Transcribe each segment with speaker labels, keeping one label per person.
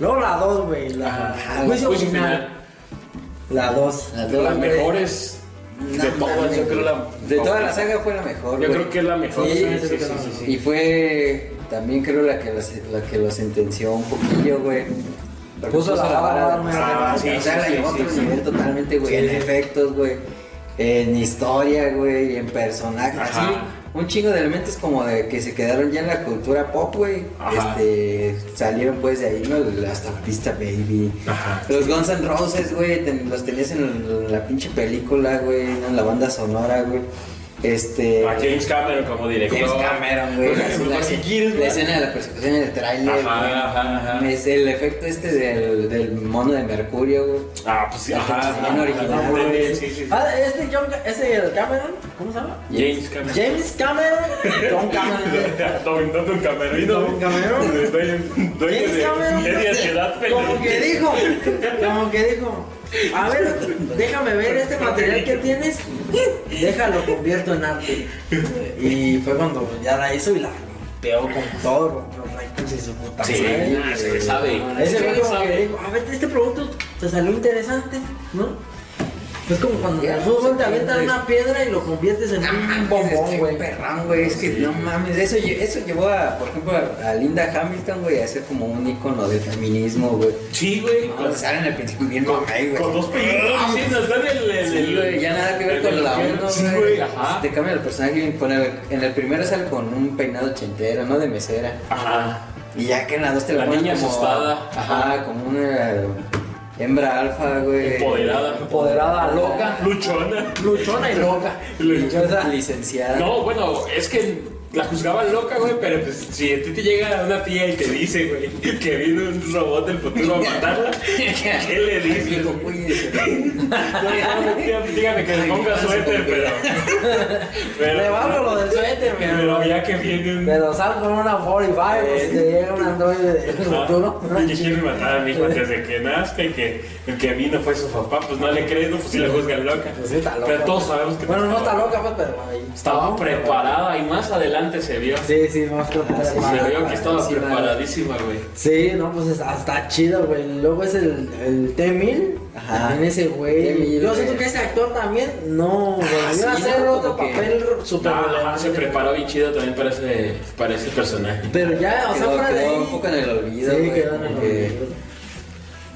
Speaker 1: Luego la 2, güey. La,
Speaker 2: Ajá,
Speaker 1: juicio
Speaker 2: Ah, juicio Ah,
Speaker 1: final. La 2.
Speaker 3: La
Speaker 2: Pero
Speaker 3: dos,
Speaker 2: las
Speaker 3: güey.
Speaker 2: mejores
Speaker 3: No
Speaker 2: de todas,
Speaker 3: mames,
Speaker 2: yo creo la.
Speaker 3: De toda la saga fue la mejor.
Speaker 2: Yo
Speaker 3: güey.
Speaker 2: creo que es la mejor.
Speaker 3: Sí,
Speaker 2: sí,
Speaker 1: sí,
Speaker 2: sí,
Speaker 1: sí,
Speaker 2: sí,
Speaker 1: sí.
Speaker 2: sí.
Speaker 3: Y fue también creo la que, los- la que lo sentenció un poquillo, güey. Porque
Speaker 1: Puso la vara muy
Speaker 3: muy arriba,
Speaker 2: alta.
Speaker 3: o sea,
Speaker 2: ah, Sí,
Speaker 3: la
Speaker 2: sí,
Speaker 3: llevó a
Speaker 2: sí,
Speaker 3: otro
Speaker 2: sí.
Speaker 3: nivel totalmente, güey.
Speaker 1: Sí.
Speaker 3: En efectos, güey. En historia, güey. En personajes.
Speaker 2: Ajá.
Speaker 3: Así, un chingo de elementos como de que se quedaron ya en la cultura pop, güey.
Speaker 2: Ajá.
Speaker 3: Este, salieron pues de ahí, ¿no? Hasta Pista Baby.
Speaker 2: Ajá.
Speaker 3: Los Guns N' Roses, güey, ten- los tenías en la pinche película, güey, ¿no? en la banda sonora, güey. Este.
Speaker 2: A James Cameron como director.
Speaker 3: James Cameron, güey.
Speaker 2: Por
Speaker 3: La,
Speaker 2: ejemplo,
Speaker 3: la-
Speaker 2: si quieres,
Speaker 3: la
Speaker 2: güey.
Speaker 3: escena de la persecución en el tráiler,
Speaker 2: Ajá,
Speaker 3: güey.
Speaker 2: ajá, ajá.
Speaker 3: Es el efecto este del, del mono de Mercurio, güey.
Speaker 2: Ah, pues sí,
Speaker 3: La
Speaker 2: ajá.
Speaker 3: pinche escena
Speaker 2: ajá,
Speaker 3: original,
Speaker 2: ajá,
Speaker 3: güey.
Speaker 2: sí, sí, sí.
Speaker 1: Ah, este John, ese el Cameron, ¿cómo se llama?
Speaker 2: James Cameron.
Speaker 1: James Cameron, John Cameron.
Speaker 2: Don, don, don Camerino.
Speaker 1: Don Cameron.
Speaker 2: Estoy- estoy
Speaker 1: James
Speaker 2: de-
Speaker 1: Cameron.
Speaker 2: de- de ansiedad,
Speaker 1: Como
Speaker 2: pendejo.
Speaker 1: que dijo, como que dijo, a ver, déjame ver este material que tienes, déjalo convierto en arte. Y fue cuando ya la hizo y la rompeó con todo, rompió récords y su puta
Speaker 2: Sí,
Speaker 1: madre.
Speaker 2: ah, se sabe.
Speaker 1: Ese
Speaker 2: Se
Speaker 1: fue como que
Speaker 2: sabe.
Speaker 1: dijo, a ver, este producto te salió interesante, ¿no? Es como cuando en el fútbol te avientan una piedra y lo conviertes en
Speaker 3: No
Speaker 1: un
Speaker 3: mames,
Speaker 1: bombón,
Speaker 3: este
Speaker 1: güey.
Speaker 3: perrón, güey. Es que no mames. Eso, lle- eso llevó a, por ejemplo, a, a Linda Hamilton, güey, a ser como un icono del feminismo, güey.
Speaker 2: Sí, güey.
Speaker 3: Cuando salen al principio bien
Speaker 2: Con,
Speaker 3: mamey, güey.
Speaker 2: con dos películas. Sí, nos dan el. el-
Speaker 3: Sí, güey, ya nada que ver
Speaker 2: el-
Speaker 3: con
Speaker 2: el-
Speaker 3: la uno,
Speaker 2: Sí,
Speaker 3: güey. Este,
Speaker 2: güey, ajá.
Speaker 3: Te cambia el personaje. Con el- en el primero sale con un peinado chentero, ¿no? De mesera.
Speaker 2: Ajá.
Speaker 3: Y ya que en la dos te
Speaker 2: La
Speaker 3: ponen
Speaker 2: niña asustada.
Speaker 3: Ajá, como una hembra alfa, güey. eh,
Speaker 2: Empoderada.
Speaker 1: Empoderada, loca,
Speaker 2: Luchona.
Speaker 1: luchona y loca.
Speaker 3: eh,
Speaker 1: Luchosa.
Speaker 3: Licenciada.
Speaker 2: No, bueno, es que la juzgaban loca, güey, pero pues si a ti te llega una tía y te dice, güey, que viene un robot del futuro a matarla, ¿qué le dices?
Speaker 3: Digo,
Speaker 2: güey?
Speaker 3: cuídese.
Speaker 2: No, no, tía, dígame que le ponga suéter, pero... pero
Speaker 1: Le va por lo del suéter, mi
Speaker 2: Pero
Speaker 1: amor.
Speaker 2: ya que viene un...
Speaker 1: Pero sal con una 45 y te llega un androide del futuro.
Speaker 2: Ah, Y que quiere matar a mi hijo antes de que nazca y que el que vino fue su papá, pues no le crees, no, pues si la juzgan loca.
Speaker 1: Pues sí, está loca.
Speaker 2: Pero todos sabemos que...
Speaker 1: Bueno, no está loca, pues, pero ahí.
Speaker 2: Estaba preparada y más adelante se vio.
Speaker 1: Sí, sí, más
Speaker 2: Se vio que estaba
Speaker 3: Sí, madre.
Speaker 2: preparadísima, güey.
Speaker 1: Sí, no, pues es- está chido, güey. Luego es el, el T-1000.
Speaker 3: Ajá.
Speaker 1: También ese güey.
Speaker 3: T-1000,
Speaker 1: Yo siento
Speaker 3: güey. Ah,
Speaker 1: que ese actor también no volvió
Speaker 3: sí,
Speaker 1: a hacer
Speaker 3: ¿no?
Speaker 1: otro
Speaker 3: Como que-
Speaker 1: papel súper.
Speaker 2: No, ajá,
Speaker 1: relevante,
Speaker 2: Ah, se preparó bien chido también para ese, para ese personaje.
Speaker 1: Pero ya, o sea,
Speaker 3: Quedó-
Speaker 1: fuera de
Speaker 3: quedó
Speaker 1: ahí.
Speaker 3: un poco en el olvido,
Speaker 1: Sí,
Speaker 3: güey,
Speaker 1: quedó en el
Speaker 3: como que-
Speaker 1: olvido.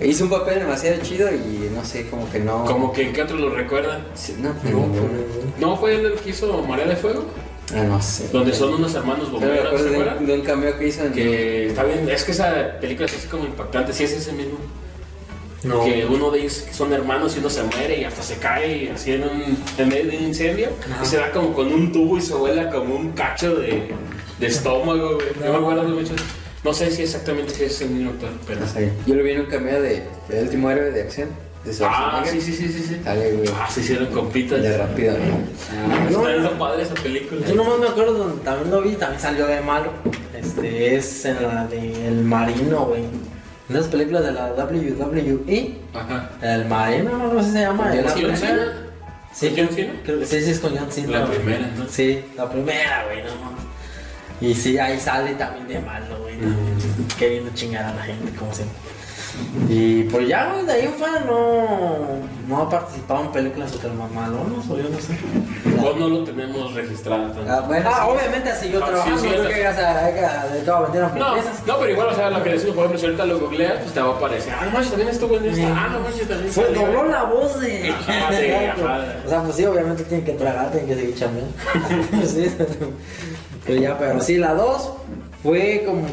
Speaker 3: Hizo un papel demasiado chido y no sé, como que no.
Speaker 2: Como que ¿qué otros lo recuerdan?
Speaker 3: Sí, No, pero.
Speaker 2: No, ¿No fue él el que hizo Marea de Fuego?
Speaker 3: Ah, no sé.
Speaker 2: Donde son unos hermanos
Speaker 3: Yo me
Speaker 2: bomberos,
Speaker 3: acuerdo
Speaker 2: ¿se
Speaker 3: de,
Speaker 2: acuerdan?
Speaker 3: un- de un cameo que hizo en.
Speaker 2: Que está bien, es que esa película es así como impactante, sí es ese mismo.
Speaker 1: No.
Speaker 2: Que uno de ellos que son hermanos y uno se muere y hasta se cae así en, un, en medio de un incendio y se da como con un tubo y se vuela como un cacho de, de estómago, güey. No. me acuerdo mucho. No sé si exactamente si es el mismo actor, pero.
Speaker 3: No sé. Yo lo vi en un cameo de, de El último héroe de acción. De
Speaker 2: Ah, sí,
Speaker 3: Schwarzenegger.
Speaker 2: sí, sí, sí, sí.
Speaker 3: Dale, güey.
Speaker 2: Ah, se hicieron compitas.
Speaker 3: De
Speaker 2: Ah,
Speaker 3: rápido, ¿no?
Speaker 1: No.
Speaker 2: Está tan padre esa película.
Speaker 1: Yo nomás me acuerdo donde también lo vi, también salió de malo. Este es en la de El Marino, güey. En las películas de la WWE.
Speaker 2: Ajá.
Speaker 1: El Marino, no sé si se llama.
Speaker 3: ¿Con
Speaker 1: ¿En
Speaker 3: John
Speaker 1: Ah, la primera?
Speaker 2: Cena? ¿Con John Cena?
Speaker 1: creo que sí, sí, es con John Cena.
Speaker 2: La
Speaker 1: güey.
Speaker 2: primera, ¿no?
Speaker 1: Sí, la primera, güey, no mames. Y sí, ahí sale también de malo, güey. también,
Speaker 2: Mm.
Speaker 1: Queriendo chingar a la gente, como siempre. Y pues ya, güey, de ahí en fuera no, no ha participado en películas super mamalonas, o yo no sé.
Speaker 2: Vos no lo tenemos registrado. tanto.
Speaker 3: Ah, bueno.
Speaker 1: Ah,
Speaker 3: sí.
Speaker 1: obviamente si yo
Speaker 2: Ah,
Speaker 1: trabajo,
Speaker 2: sí, sí,
Speaker 1: creo
Speaker 2: sí.
Speaker 1: que ya se hay que de todo vender
Speaker 2: No,
Speaker 1: hamburguesas.
Speaker 2: no, pero igual, o sea, lo que decimos, por ejemplo, si ahorita lo googleas, pues te va a aparecer. Ah, no manches, también estuvo en esta. Ah, no manches, también.
Speaker 1: Fue,
Speaker 2: salió.
Speaker 1: dobló la voz de...
Speaker 2: Ajá, sí, ajá.
Speaker 1: o sea, pues sí, obviamente tienen que tragar, tienen que seguir chambeando. sí. Pero ya, pero sí, la 2 fue como...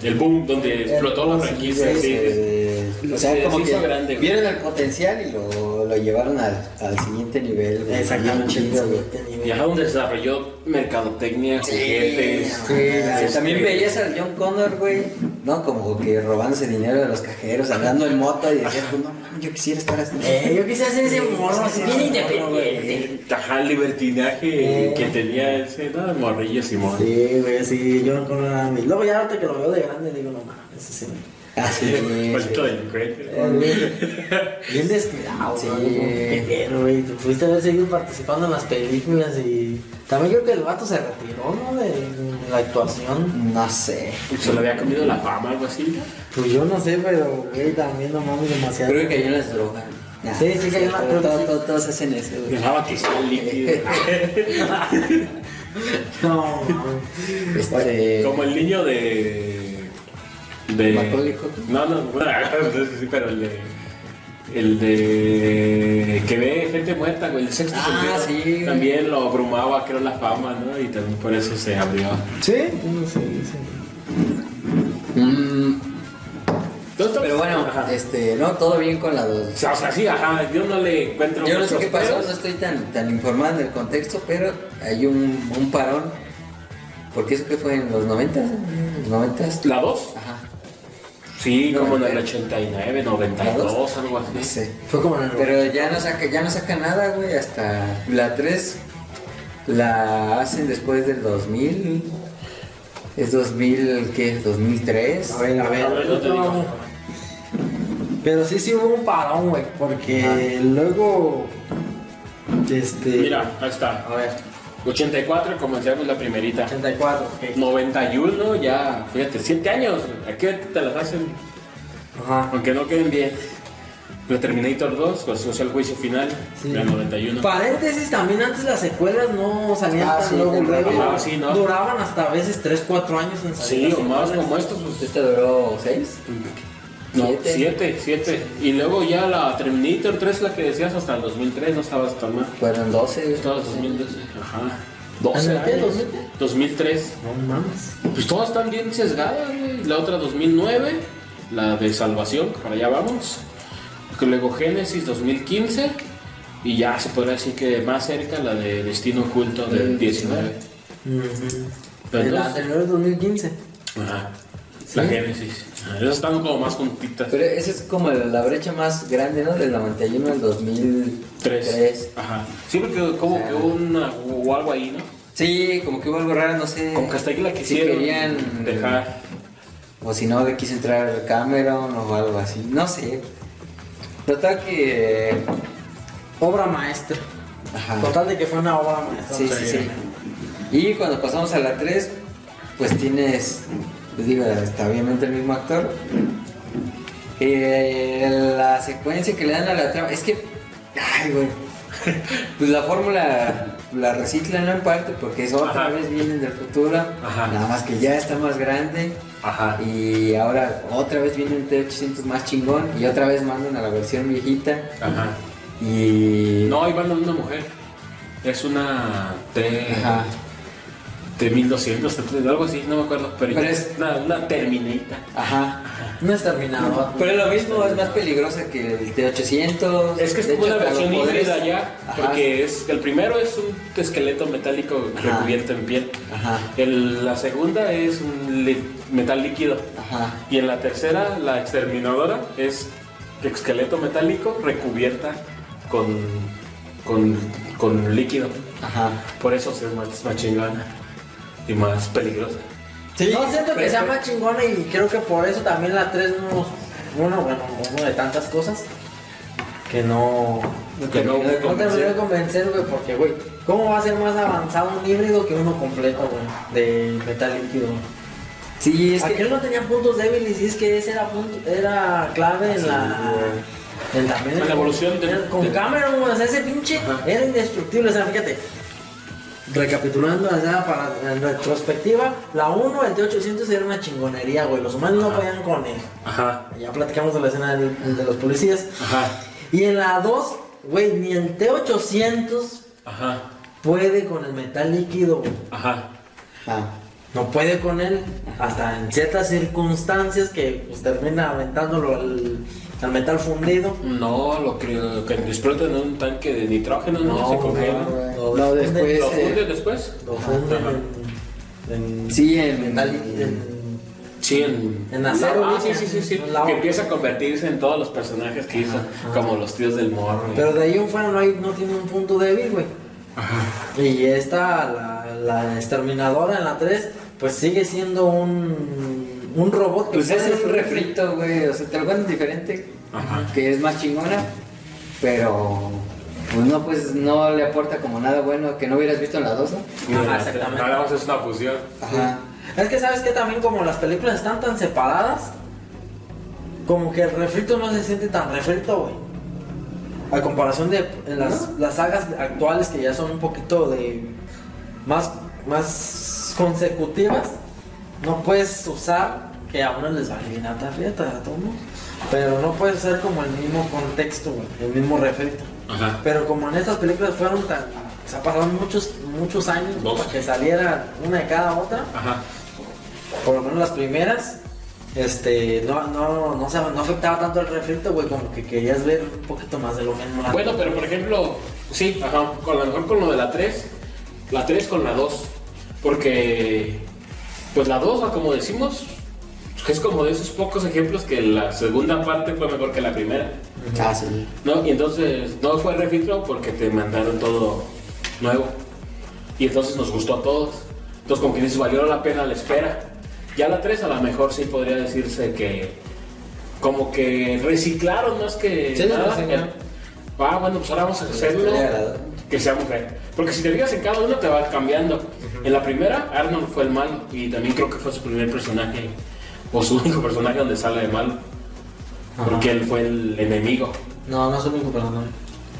Speaker 2: El boom, donde explotó la franquicia.
Speaker 3: Sí,
Speaker 2: Sí, sí.
Speaker 3: sí. O
Speaker 2: Sí,
Speaker 3: sea, como
Speaker 2: se hizo
Speaker 3: que
Speaker 2: grande, güey.
Speaker 3: vieron el potencial y lo, lo llevaron al, al siguiente nivel. güey. Bien chido, güey.
Speaker 1: Siguiente nivel.
Speaker 2: Y ajá, donde desarrolló mercadotecnia,
Speaker 3: Sí,
Speaker 2: juguetes.
Speaker 3: Ah, sí,
Speaker 2: este-
Speaker 3: también veías al John Connor, güey, ¿no? Como que robándose dinero de los cajeros, andando en moto y decías, tú, no mames, yo quisiera estar así.
Speaker 1: Eh, yo quise hacer ese morro así bien independiente.
Speaker 2: El Ajá, el libertinaje
Speaker 1: Eh.
Speaker 2: que tenía ese, nada, morrillo Simón.
Speaker 1: Sí, pues Eh, güey, sí, yo no conozco nada de mí. Luego ya ahorita que lo veo de grande digo, no mames, ese sí.
Speaker 3: Así
Speaker 2: Maldito delincuente.
Speaker 1: Bien descuidado,
Speaker 3: Sí.
Speaker 1: güey. Qué miedo, güey. Te pudiste haber seguido participando en las películas y. También creo que el vato se retiró, ¿no? De de la actuación.
Speaker 3: No sé.
Speaker 2: Se le había comido la fama, algo así.
Speaker 1: Pues yo no sé, pero, güey, también no mames demasiado.
Speaker 3: Creo que cayó en las drogas.
Speaker 1: Nah, sí, cayó en la-
Speaker 3: Todos,
Speaker 1: creo que
Speaker 3: todos,
Speaker 1: sí.
Speaker 3: todos, todos hacen eso, güey.
Speaker 2: Dejaba que sea líquido.
Speaker 1: No, mames.
Speaker 3: Este,
Speaker 2: Como el niño de. de.
Speaker 3: Macaulay Culkin.
Speaker 2: No, no, bueno, no sé si sí, pero el de. El de. que ve gente muerta, güey. El sexto
Speaker 3: Ah,
Speaker 2: sentido.
Speaker 3: sí, güey.
Speaker 2: También lo abrumaba, creo, la fama, ¿no? Y también por eso se abrió.
Speaker 1: ¿Sí? No sé, sí.
Speaker 3: mm,
Speaker 2: Entonces,
Speaker 3: pero bueno,
Speaker 2: ajá.
Speaker 3: este, no, todo bien con la
Speaker 2: O
Speaker 3: dos.
Speaker 2: sea, o sea, sí, ajá. Yo no le encuentro.
Speaker 3: Yo no sé
Speaker 2: muchos
Speaker 3: qué pasó,
Speaker 2: peros.
Speaker 3: no estoy tan, tan informado del contexto, pero hay un, un parón. Porque eso que fue en los 90, los 90.
Speaker 2: ¿La 2?
Speaker 3: Ajá,
Speaker 2: Sí,
Speaker 3: No,
Speaker 2: como en el
Speaker 3: pero-
Speaker 2: 89,
Speaker 3: ¿La dos?
Speaker 2: 92, algo así.
Speaker 3: no sé.
Speaker 1: Fue como en el.
Speaker 3: Pero ya no saca, ya no saca nada, güey, hasta la 3 la hacen después del 2000. Es 2000, ¿qué? 2003.
Speaker 1: A ver, a ver,
Speaker 2: A ver, yo te digo.
Speaker 1: Pero sí, sí hubo un parón, güey, porque luego. Este.
Speaker 2: Mira, ahí está.
Speaker 1: A ver,
Speaker 2: 84 comenzamos la primerita.
Speaker 1: 84, ok.
Speaker 2: 91, ya, fíjate, 7 años. Aquí te las hacen,
Speaker 1: Ajá.
Speaker 2: aunque no queden bien. Pero Terminator pues, 2, con social juicio final,
Speaker 1: Sí.
Speaker 2: la 91.
Speaker 1: Paréntesis, también antes las secuelas no salían
Speaker 3: Ah,
Speaker 1: tan
Speaker 3: sí,
Speaker 1: luego,
Speaker 3: en
Speaker 1: luego.
Speaker 2: realidad. Ah, sí, ¿no?
Speaker 1: Duraban hasta a veces 3, 4 años en salir.
Speaker 2: sí,
Speaker 1: las
Speaker 2: o más
Speaker 1: secuelas.
Speaker 2: como estos, pues,
Speaker 3: Este duró 6.
Speaker 2: no,
Speaker 3: Siete.
Speaker 2: 7, 7. Y luego ya la Terminator 3, la que decías, hasta el 2003, no estabas tan mal.
Speaker 3: Fueron 12.
Speaker 2: Estabas 2012, ajá. 12
Speaker 1: ¿En el qué,
Speaker 2: años.
Speaker 1: 2000?
Speaker 2: 2003.
Speaker 1: No mames.
Speaker 2: Pues todas están bien sesgadas, güey. La otra 2009, la de Salvación, que para allá vamos. Que Luego Génesis 2015 y ya se podrá decir que más cerca la de Destino Oculto del 19. Pero
Speaker 1: Mm. El
Speaker 2: entonces-
Speaker 1: anterior es 2015.
Speaker 2: Ajá, La Génesis. Ah, Esas están como más juntitas.
Speaker 3: Pero esa es como la brecha más grande, ¿no? Del 91 al 2003.
Speaker 2: Tres. Ajá. Sí, porque como que hubo una, o algo ahí, ¿no?
Speaker 3: Sí, como que hubo algo raro, no sé.
Speaker 2: Como que hasta ahí la
Speaker 3: Si
Speaker 2: quisieron
Speaker 3: querían-
Speaker 2: dejar.
Speaker 3: O si no, le quiso entrar Cameron o algo así. No sé. Total que.
Speaker 1: Obra maestra.
Speaker 3: Ajá.
Speaker 1: Total de que fue una obra maestra.
Speaker 3: Ah. Sí, sí, sí. Y cuando pasamos a la 3, pues tienes, pues digo, está obviamente el mismo actor. Eh, la secuencia que le dan a la trama, es que, ay, güey, pues la fórmula la reciclan ¿no? en parte porque es otra
Speaker 2: Ajá.
Speaker 3: vez vienen del futuro,
Speaker 2: Ajá.
Speaker 3: nada más que ya está más grande.
Speaker 2: Ajá.
Speaker 3: Y ahora otra vez viene un T800 más chingón y otra vez mandan a la versión viejita.
Speaker 2: Ajá.
Speaker 3: Y...
Speaker 2: No, ahí van a una mujer. Es una T.
Speaker 3: Ajá.
Speaker 2: De 1200, de algo así, no me acuerdo. Pero,
Speaker 3: Pero
Speaker 2: ya-
Speaker 3: es-
Speaker 2: una, una terminita.
Speaker 3: Ajá.
Speaker 1: No es terminado.
Speaker 3: Pero lo mismo es más peligrosa que el T800.
Speaker 2: Es que es
Speaker 3: De
Speaker 2: como
Speaker 3: hecho,
Speaker 2: una
Speaker 3: hasta los
Speaker 2: versión
Speaker 3: poderes-
Speaker 2: híbrida ya,
Speaker 3: Ajá.
Speaker 2: porque es el primero es un esqueleto metálico
Speaker 3: Ajá.
Speaker 2: recubierto en piel.
Speaker 3: Ajá.
Speaker 2: El- la segunda es un li- metal líquido.
Speaker 3: Ajá.
Speaker 2: Y en la tercera, la exterminadora, es esqueleto metálico recubierta con, con, con líquido.
Speaker 3: Ajá.
Speaker 2: Por eso es más, más chingona y más peligrosa.
Speaker 1: no siento que
Speaker 3: pero-
Speaker 1: sea más chingona y creo que por eso también la 3 no. Bueno, bueno, uno de tantas cosas que no.
Speaker 3: No
Speaker 2: Que no
Speaker 3: terminó
Speaker 2: hubo
Speaker 3: de
Speaker 1: No te voy
Speaker 2: convencer.
Speaker 1: a convencer, güey, porque, güey, ¿cómo va a ser más avanzado un híbrido que uno completo, güey, de metal líquido?
Speaker 3: Sí, es que.
Speaker 1: Aquel Ah, no tenía puntos débiles y es que ese era punto, era clave en la. En también
Speaker 2: En la evolución de-
Speaker 1: en- con
Speaker 2: de-
Speaker 1: Cameron, güey, o sea, ese pinche
Speaker 2: Ajá.
Speaker 1: era indestructible, o sea, fíjate. Recapitulando, o sea, para, en retrospectiva, la 1, el T800 era una chingonería, güey. Los humanos no
Speaker 2: Ajá.
Speaker 1: podían con él.
Speaker 2: Ajá.
Speaker 1: Ya platicamos de la escena del- de los policías.
Speaker 2: Ajá.
Speaker 1: Y en la 2, güey, ni el T800
Speaker 2: Ajá.
Speaker 1: puede con el metal líquido, güey.
Speaker 2: Ajá.
Speaker 3: Ah,
Speaker 1: No puede con él, hasta en ciertas circunstancias que pues, termina aventándolo al, al metal fundido.
Speaker 2: No, lo que, lo que explotan en un tanque de nitrógeno, no,
Speaker 1: No,
Speaker 2: se congela.
Speaker 1: no, no.
Speaker 3: no,
Speaker 1: No,
Speaker 3: después.
Speaker 2: ¿Lo
Speaker 3: eh,
Speaker 2: funden después?
Speaker 1: Lo funden
Speaker 2: Ajá.
Speaker 1: en, en-
Speaker 3: sí, en.
Speaker 1: metal lí- en-
Speaker 2: Sí, en,
Speaker 1: En acero,
Speaker 2: Ah, sí,
Speaker 1: dicen,
Speaker 2: sí, sí, sí.
Speaker 1: en la-
Speaker 2: Que empieza a convertirse en todos los personajes que hizo, como los tíos del morro. y-
Speaker 1: Pero de ahí en fuera no, hay, no tiene un punto débil, güey. Y esta, la, la exterminadora en la 3, pues sigue siendo un, un robot que
Speaker 3: Pues es
Speaker 1: puede
Speaker 3: un
Speaker 1: ser-
Speaker 3: refrito, güey. O sea, te lo cuentan diferente,
Speaker 2: Ajá.
Speaker 3: que es más chingona, pero pues no, pues no le aporta como nada bueno que no hubieras visto en la 2. ¿no?
Speaker 1: Ajá, exactamente.
Speaker 2: este, Nada más es una fusión.
Speaker 3: Ajá.
Speaker 1: Es que sabes que también como las películas están tan separadas, como que el refrito no se siente tan refrito, güey. A comparación de las, las sagas actuales que ya son un poquito de más, más consecutivas, no puedes usar que a uno les va a adivinar tarjeta, a todo mundo. Pero no puede ser como el mismo contexto, güey, el mismo refrito.
Speaker 2: Ajá.
Speaker 1: Pero como en estas películas fueron tan... Se ha pasado muchos, muchos años
Speaker 2: Dos.
Speaker 1: para que saliera una de cada otra
Speaker 2: Ajá.
Speaker 1: por lo menos las primeras, este, no, no, no, se- no afectaba tanto el refrito, güey, como que querías ver un poquito más de lo mismo. la-
Speaker 2: Bueno, pero por ejemplo, sí, ajá, con, a lo mejor con lo de la 3, la 3 con la 2, porque pues la 2, ah, como decimos, es como de esos pocos ejemplos que la segunda parte fue mejor que la primera,
Speaker 3: Ah, sí.
Speaker 2: ¿no? Y entonces no fue refiltro porque te mandaron todo nuevo, y entonces nos gustó a todos, entonces como que dices, valió la pena la espera. Ya la 3 a lo mejor sí podría decirse que como que reciclaron más que
Speaker 3: Sí,
Speaker 2: nada.
Speaker 3: reciclaron.
Speaker 2: Ah, bueno, pues ahora vamos a hacerlo que sea mujer. Porque si te fijas en cada uno te va cambiando. En la primera, Arnold fue el malo y también creo que fue su primer personaje o su único personaje donde sale de malo.
Speaker 1: Ajá.
Speaker 2: Porque él fue el enemigo,
Speaker 1: No, no es el único perdón.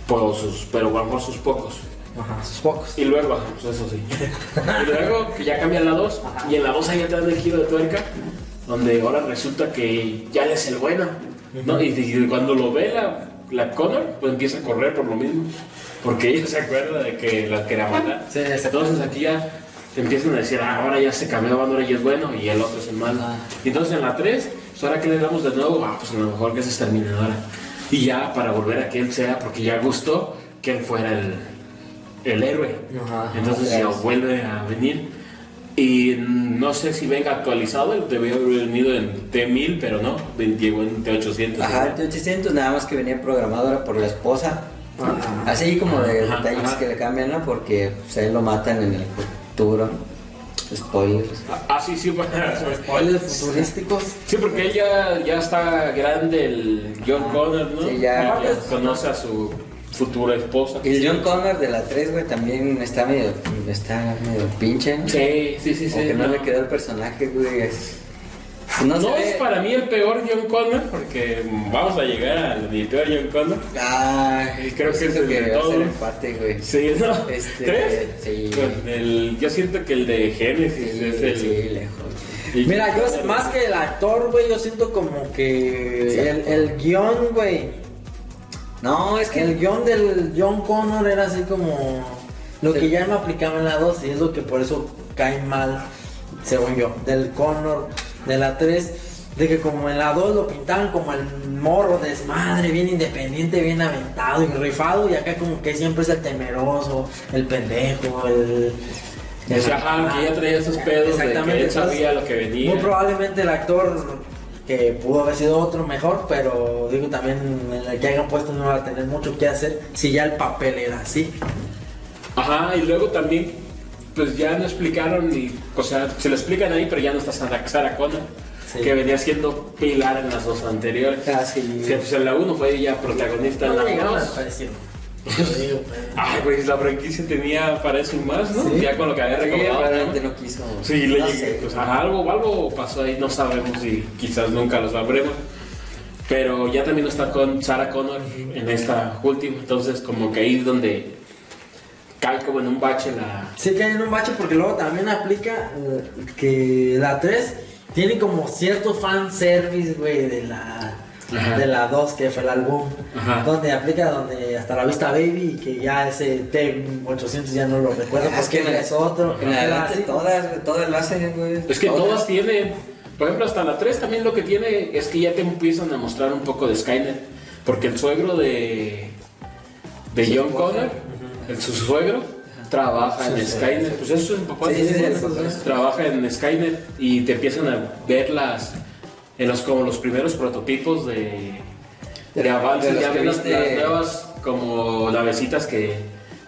Speaker 2: por sus, pero a lo mejor sus pocos.
Speaker 1: Ajá, sus pocos.
Speaker 2: Y luego, ajá, pues eso sí. y luego que ya cambia la 2 y en la 2 ahí te dan el giro de tuerca donde ahora resulta que ya él es el bueno. ¿no? Y, y cuando lo ve la, la Connor, pues empieza a correr por lo mismo. Porque ella se acuerda de que la que era mala.
Speaker 1: Sí, exacto.
Speaker 2: Entonces aquí ya te empiezan a decir, ah, ahora ya se cambió, ahora ya es bueno y el otro es el malo.
Speaker 1: Ah.
Speaker 2: Y entonces en la 3, pues ahora que le damos de nuevo, ah, pues a lo mejor que es exterminadora. Y ya para volver a que él sea, porque ya gustó que él fuera el, el héroe.
Speaker 1: Ajá.
Speaker 2: entonces ya vuelve a venir. Y no sé si venga actualizado, él debe haber venido en T1000, pero no, ven- llegó en T800.
Speaker 3: Ajá,
Speaker 2: ¿no?
Speaker 3: el T800 nada más que venía programadora por la esposa. Así como de
Speaker 2: Ajá,
Speaker 3: detalles
Speaker 2: ajá.
Speaker 3: que le cambian, ¿no? Porque pues, a él lo matan en el futuro. Spoilers.
Speaker 2: Ah, sí, sí, para-
Speaker 1: Spoilers futurísticos.
Speaker 2: Sí, porque él ya, ya está grande, el John Connor, ¿no?
Speaker 3: Sí, ya.
Speaker 2: Y conoce a su futura esposa.
Speaker 3: Y el John Connor de la 3, güey, también está medio, está medio pinche, ¿no?
Speaker 2: Sí, sí, sí,
Speaker 3: O
Speaker 2: sí.
Speaker 3: que no,
Speaker 2: no.
Speaker 3: le quedó el personaje, güey. es- No,
Speaker 2: No
Speaker 3: se
Speaker 2: es
Speaker 3: ve-
Speaker 2: para mí el peor John Connor, porque vamos a llegar al mi peor John Connor.
Speaker 3: Ah,
Speaker 2: Y creo
Speaker 3: yo
Speaker 2: que es
Speaker 3: siento
Speaker 2: el de
Speaker 3: que va a ser
Speaker 2: todos.
Speaker 3: empate, güey.
Speaker 2: Sí, ¿no?
Speaker 3: Este,
Speaker 2: ¿Tres?
Speaker 3: sí.
Speaker 2: Con el, yo siento que el de Génesis
Speaker 3: Sí,
Speaker 2: es el...
Speaker 3: sí, lejos.
Speaker 2: el-
Speaker 1: Mira, yo más que el actor, güey, yo siento como que el, el guión, güey.
Speaker 3: No, es que
Speaker 1: El guión del John Connor era así como lo que ya no aplicaba en la 2 y es lo que por eso cae mal, según yo, del Connor, de la 3, de que como en la 2 lo pintaban como el morro desmadre, bien independiente, bien aventado y rifado y acá como que siempre es el temeroso, el pendejo, el...
Speaker 2: O sea, ajá, que ya traía esos pedos de que él sabía lo que venía.
Speaker 1: Muy probablemente el actor que pudo haber sido otro mejor, pero digo también en el que hayan puesto no va a tener mucho que hacer si ya el papel era así.
Speaker 2: Ajá, y luego también, pues ya no explicaron, y, o sea, se lo explican ahí, pero ya no está Sara, Sarah Connor,
Speaker 1: Sí.
Speaker 2: que venía siendo pilar en las dos anteriores.
Speaker 3: Ah, sí.
Speaker 2: Que pues en la 1 fue ella protagonista
Speaker 1: No
Speaker 2: en la
Speaker 1: llegaron a
Speaker 2: 2.
Speaker 1: desaparecer. Lo digo, pero-
Speaker 2: Ay, pues la franquicia tenía para eso y más, ¿no?
Speaker 1: Sí.
Speaker 2: Ya con lo que había
Speaker 3: Sí,
Speaker 2: recomendado.
Speaker 3: realmente no quiso.
Speaker 2: Sí, le
Speaker 3: no
Speaker 2: llegué,
Speaker 3: sé.
Speaker 2: pues, ajá, algo, algo pasó ahí, no sabemos y quizás nunca lo sabremos. Pero ya también está con Sarah Connor en esta última, entonces como que ahí es donde cae como en un bache la...
Speaker 1: Sí que hay un bache porque luego también aplica eh, que la 3 tiene como cierto fanservice, güey, de la...
Speaker 2: Ajá.
Speaker 1: De la 2 que fue el álbum,
Speaker 2: Ajá.
Speaker 1: donde aplica donde hasta la vista baby y que ya ese T800 ya no lo recuerdo
Speaker 3: Ah, es
Speaker 1: porque
Speaker 3: que en la-
Speaker 1: es otro.
Speaker 3: En
Speaker 1: Era
Speaker 3: adelante
Speaker 1: así.
Speaker 3: todas, güey, todas lo hacen, güey.
Speaker 2: Es que todas tienen, por ejemplo, hasta la 3 también lo que tiene es que ya te empiezan a mostrar un poco de Skynet, porque el suegro de, de John Connor, el, su suegro, trabaja en Skynet, pues eso es el papá
Speaker 3: Sí,
Speaker 2: de
Speaker 3: sí, sí,
Speaker 2: John
Speaker 3: el
Speaker 2: Connor,
Speaker 3: papá.
Speaker 2: trabaja en Skynet y te empiezan a ver las, en los, como los primeros prototipos de, de,
Speaker 3: De-
Speaker 2: avances,
Speaker 3: de los
Speaker 2: ya
Speaker 3: que
Speaker 2: ven las,
Speaker 3: viste.
Speaker 2: las nuevas como navecitas que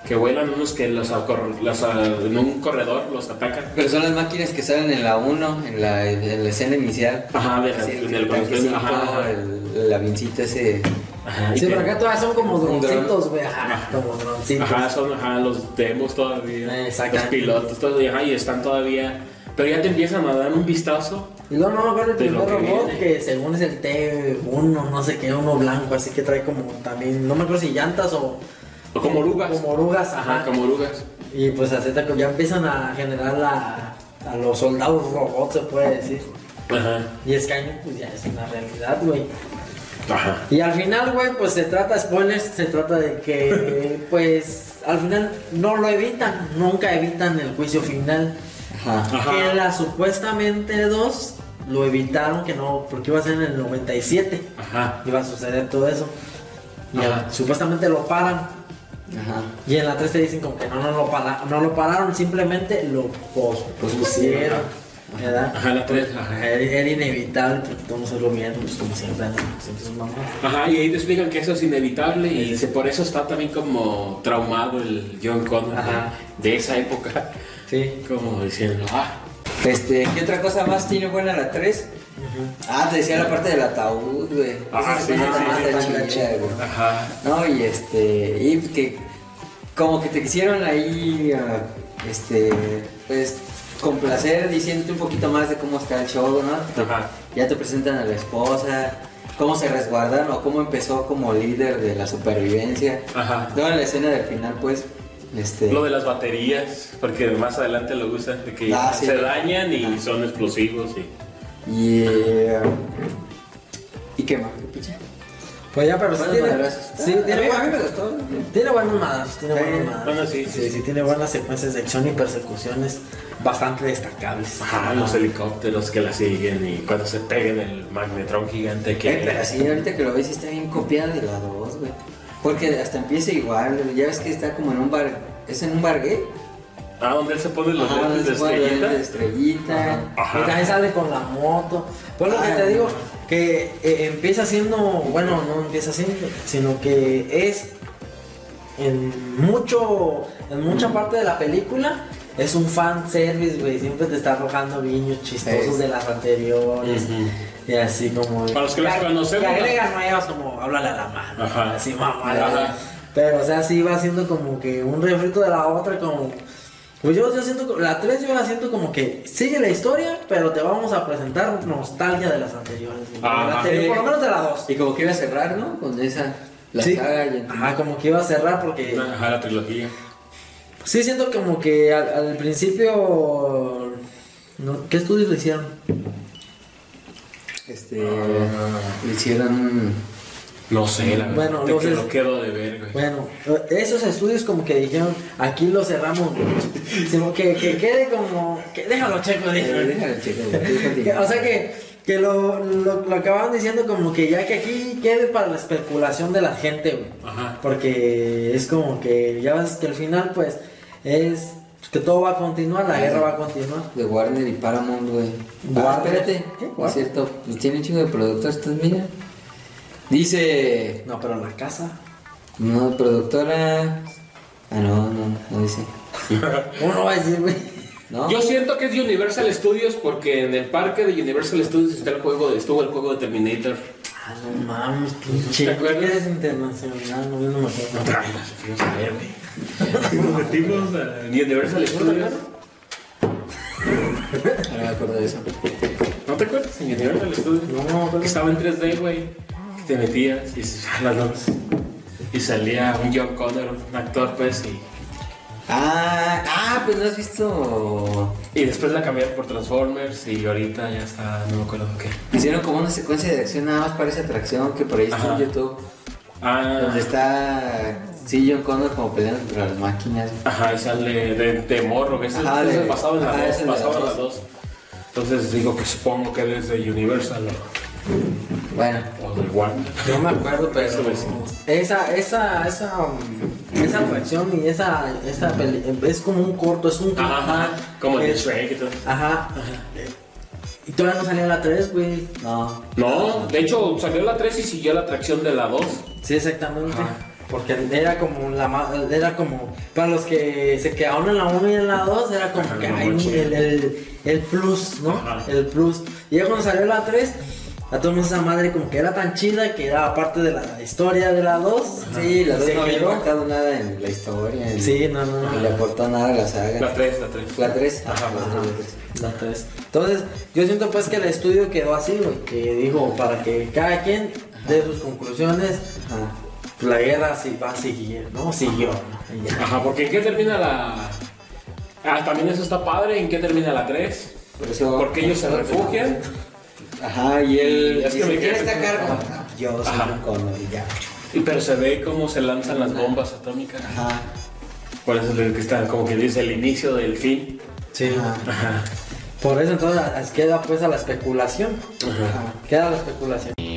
Speaker 2: que vuelan unos que los, acor- las, ah, en un corredor los atacan.
Speaker 3: Pero son las máquinas que salen en la 1, en la, en la escena inicial.
Speaker 2: Ajá, de la-
Speaker 3: Así,
Speaker 2: en el
Speaker 3: tanquecito,
Speaker 2: ajá, ajá.
Speaker 3: el, el avioncito ese.
Speaker 2: Ajá, y
Speaker 1: Sí,
Speaker 2: que-
Speaker 1: pero acá todavía son como
Speaker 3: Un dron.
Speaker 1: droncitos, güey. Ajá, como droncitos.
Speaker 2: Ajá, son ajá, los demos todavía.
Speaker 1: Exacto.
Speaker 2: Los pilotos todavía, ajá, y están todavía. Pero ya te empiezan a dar un vistazo.
Speaker 1: Y luego no me acuerdo el
Speaker 2: De lo
Speaker 1: primer
Speaker 2: que
Speaker 1: robot
Speaker 2: viene.
Speaker 1: que según es el T1, no sé qué, uno blanco, así que trae como también, no me acuerdo si llantas o
Speaker 2: O como orugas.
Speaker 1: como orugas, ajá.
Speaker 2: Ajá, como orugas.
Speaker 1: Y pues así te- ya empiezan a generar la- a los soldados robots, se puede decir.
Speaker 2: Ajá.
Speaker 1: Y Skynet pues ya es una realidad, güey.
Speaker 2: Ajá.
Speaker 1: Y al final, güey, pues se trata, spoilers, se trata de que, pues, al final no lo evitan, nunca evitan el juicio final.
Speaker 3: Ajá.
Speaker 2: Ajá.
Speaker 1: Que la supuestamente dos lo evitaron, que no, porque iba a ser en el 97,
Speaker 2: Ajá.
Speaker 1: iba a suceder todo eso. Y
Speaker 2: Ajá.
Speaker 1: al- supuestamente lo paran.
Speaker 3: Ajá.
Speaker 1: Y en la 3 te dicen como que no, no lo, para- no lo pararon, simplemente lo pos- pospusieron. ¿Verdad?
Speaker 2: Ajá, la tres. Ajá.
Speaker 1: Era, era inevitable porque todo se lo miedo, pues como siempre, ¿no? siempre sus mamás.
Speaker 2: Ajá, y ahí te explican que eso es inevitable y se- por eso está también como traumado el John Connor
Speaker 1: Ajá.
Speaker 2: de esa época.
Speaker 1: Sí.
Speaker 2: Como diciendo, ah,
Speaker 3: Este, ¿qué otra cosa más tiene buena la 3? Ah, te decía la parte del ataúd, güey.
Speaker 2: Ah,
Speaker 3: Esa
Speaker 2: sí,
Speaker 3: parte
Speaker 2: sí,
Speaker 3: más
Speaker 2: sí,
Speaker 3: está
Speaker 1: sí,
Speaker 3: chida,
Speaker 1: sí, sí.
Speaker 3: güey.
Speaker 2: ajá,
Speaker 3: No, y este, y que como que te quisieron ahí, ah, este, pues complacer diciéndote un poquito más de cómo está el show, ¿no?
Speaker 2: Ajá.
Speaker 3: Ya te presentan a la esposa, cómo se resguardan o cómo empezó como líder de la supervivencia.
Speaker 2: Ajá.
Speaker 3: Toda la escena del final, pues, este,
Speaker 2: lo de las baterías, porque más adelante lo usan, de que
Speaker 3: Ah, sí.
Speaker 2: se dañan y son explosivos. Y...
Speaker 3: y, ah, y qué más, qué picha.
Speaker 1: Pues ya, pero sí
Speaker 3: Buenos
Speaker 1: tiene.
Speaker 3: madrazos.
Speaker 1: Sí,
Speaker 3: Ah,
Speaker 1: tiene,
Speaker 3: a mí- a mí
Speaker 1: buenas-
Speaker 3: me gustó.
Speaker 1: tiene buenos madrazos, tiene
Speaker 3: Sí,
Speaker 1: buenos madrazos.
Speaker 2: bueno, sí, sí,
Speaker 1: sí, sí, tiene buenas secuencias de acción y persecuciones bastante destacables.
Speaker 2: Ajá, los helicópteros que la siguen y cuando se peguen el magnetron gigante que...
Speaker 3: Eh, pero sí, ahorita que lo ves, sí está bien copiada de la 2, güey. Porque hasta empieza igual, güey. ya ves que está como en un bar. ¿Es en un bar gay?
Speaker 2: Ah, donde él se pone los
Speaker 3: Ajá,
Speaker 2: lentes de
Speaker 3: se pone los lentes de
Speaker 2: estrellita.
Speaker 3: estrellita.
Speaker 2: Ajá.
Speaker 1: Y también sale con la moto. Pues lo que
Speaker 3: Ay,
Speaker 1: te digo,
Speaker 3: no.
Speaker 1: que eh, empieza siendo, bueno, no empieza siendo, sino que es en mucho, en mucha
Speaker 3: Mm.
Speaker 1: parte de la película. Es un fan service, güey. Siempre te está arrojando guiños chistosos
Speaker 3: Sí.
Speaker 1: de las anteriores. Y así como.
Speaker 2: Para los que las
Speaker 1: Y ag-
Speaker 2: conocemos,
Speaker 1: Y agregas nuevas como háblale a la mano.
Speaker 2: Ajá.
Speaker 1: Así mamada.
Speaker 2: Ajá.
Speaker 1: güey. Pero, o sea, sí va siendo como que un refrito de la otra, como. Pues yo, yo siento, la 3 yo la siento como que sigue la historia, pero te vamos a presentar nostalgia de las anteriores. güey.
Speaker 2: Ah, Ajá.
Speaker 1: La anterior, por lo menos de la 2.
Speaker 3: Y como que iba a cerrar, ¿no? Con esa. La
Speaker 1: Sí.
Speaker 3: saga y el-
Speaker 1: Ajá, como que iba a cerrar porque.
Speaker 2: Ajá, la trilogía.
Speaker 1: Sí, siento como que al, al principio. no, ¿Qué estudios le hicieron?
Speaker 3: Este. Le hicieron.
Speaker 2: No sé, la verdad.
Speaker 1: Bueno,
Speaker 2: te
Speaker 1: los
Speaker 2: que
Speaker 1: es-
Speaker 2: lo quedo de ver, güey.
Speaker 1: Bueno, esos estudios como que dijeron, aquí lo cerramos, güey. Sino que, que quede como, que déjalo checo,
Speaker 3: Eh,
Speaker 1: dijeron.
Speaker 3: Déjalo, chico. güey,
Speaker 1: Que-
Speaker 3: continúa.
Speaker 1: O sea que, que lo, lo, lo acababan diciendo como que ya que aquí quede para la especulación de la gente, güey.
Speaker 2: Ajá.
Speaker 1: Porque es como que, ya ves que al final pues es que todo va a continuar,
Speaker 2: Ah,
Speaker 1: la guerra va a continuar.
Speaker 3: De Warner y Paramount, güey.
Speaker 1: Warner.
Speaker 3: Ah, espérate.
Speaker 1: ¿Qué?
Speaker 3: Por cierto, pues tiene un chingo de productores, entonces mira. Dice.
Speaker 1: No, pero la casa.
Speaker 3: No, productora. Ah, no, no, no dice.
Speaker 1: Uno va a decir, güey.
Speaker 3: No.
Speaker 2: Yo siento que es de Universal Studios porque en el parque de Universal Studios está el juego de, estuvo el juego de Terminator.
Speaker 1: Ah, no mames, pinche.
Speaker 2: ¿Te acuerdas?
Speaker 1: Eres internacional, no, yo no me acuerdo.
Speaker 2: Nos metimos a Universal Studios.
Speaker 3: No me acuerdo de eso.
Speaker 2: ¿No te acuerdas? En Universal Studios.
Speaker 1: No, no,
Speaker 2: Que
Speaker 1: pero-
Speaker 2: estaba en 3D, güey. Que Te metías y se- ah, las dos. Y salía un John Connor, un actor, pues, y,
Speaker 3: Ah, ah, pues no has visto.
Speaker 2: y después la cambiaron por Transformers y ahorita ya está, no me acuerdo qué.
Speaker 3: Hicieron como una secuencia de acción nada más para esa atracción que por ahí está
Speaker 2: Ajá.
Speaker 3: en YouTube.
Speaker 2: Ah,
Speaker 3: Donde está. Sí, John Connor como peleando contra las máquinas.
Speaker 2: Ajá, y sale de, de morro, que es el,
Speaker 3: Ajá,
Speaker 2: es el
Speaker 3: de-
Speaker 2: pasado en
Speaker 3: ajá,
Speaker 2: la 2,
Speaker 3: es el de
Speaker 2: pasado en
Speaker 3: la
Speaker 2: la 2. Entonces digo que supongo que desde Universal o,
Speaker 3: Bueno,
Speaker 2: o del Warner.
Speaker 1: No me acuerdo, pero
Speaker 2: Eso es.
Speaker 1: esa, esa, esa, um, esa atracción y esa, esa peli- es como un corto, es un
Speaker 2: Ajá, ajá, como el de
Speaker 1: es,
Speaker 2: Shrek y todo.
Speaker 1: Ajá. Y todavía no salió la 3, güey.
Speaker 3: no.
Speaker 2: No, de hecho salió la 3 y siguió la atracción de la 2.
Speaker 1: Sí, exactamente.
Speaker 2: Ajá.
Speaker 1: Porque era como la ma- era como para los que se quedaron en la 1 y en la 2 era como que ay, el, el, el plus, ¿no?
Speaker 2: Ajá.
Speaker 1: El plus. Y ya cuando salió la 3, a todos nos esa madre como que era tan chida que era parte de la historia de la 2.
Speaker 2: Ah.
Speaker 3: Sí, la
Speaker 1: Se
Speaker 3: 2 no había
Speaker 1: quedó.
Speaker 3: impactado nada en la historia. en-
Speaker 1: Sí, no, no,
Speaker 3: No
Speaker 1: no.
Speaker 3: le aportó nada a la saga.
Speaker 2: La 3, la 3.
Speaker 3: La 3.
Speaker 1: Ajá, ajá. La tres. Entonces, yo siento pues que el estudio quedó así, güey, que dijo para que cada quien dé sus conclusiones, Pues la guerra sí va a seguir, ¿no? Siguió, ¿no? Y ya.
Speaker 2: Ajá, porque ¿en qué termina la...? Ah, también eso está padre, ¿en qué termina la 3?
Speaker 3: Por eso-
Speaker 2: Porque ellos se refugian.
Speaker 3: Ajá, y él.
Speaker 2: Es que
Speaker 3: dice,
Speaker 2: me
Speaker 3: "¿Quién
Speaker 2: quedé
Speaker 3: está a cargo?
Speaker 2: pensando.
Speaker 3: Ah, Yo soy
Speaker 2: Ajá.
Speaker 3: un cono y ya.
Speaker 2: Y pero se ve cómo se lanzan las bombas atómicas.
Speaker 3: Ajá.
Speaker 2: Por eso es lo que está, como que dice el inicio del fin.
Speaker 1: Sí.
Speaker 3: Ajá.
Speaker 2: Ajá.
Speaker 1: Por eso entonces as- queda pues a la especulación.
Speaker 2: Ajá.
Speaker 1: Queda la especulación.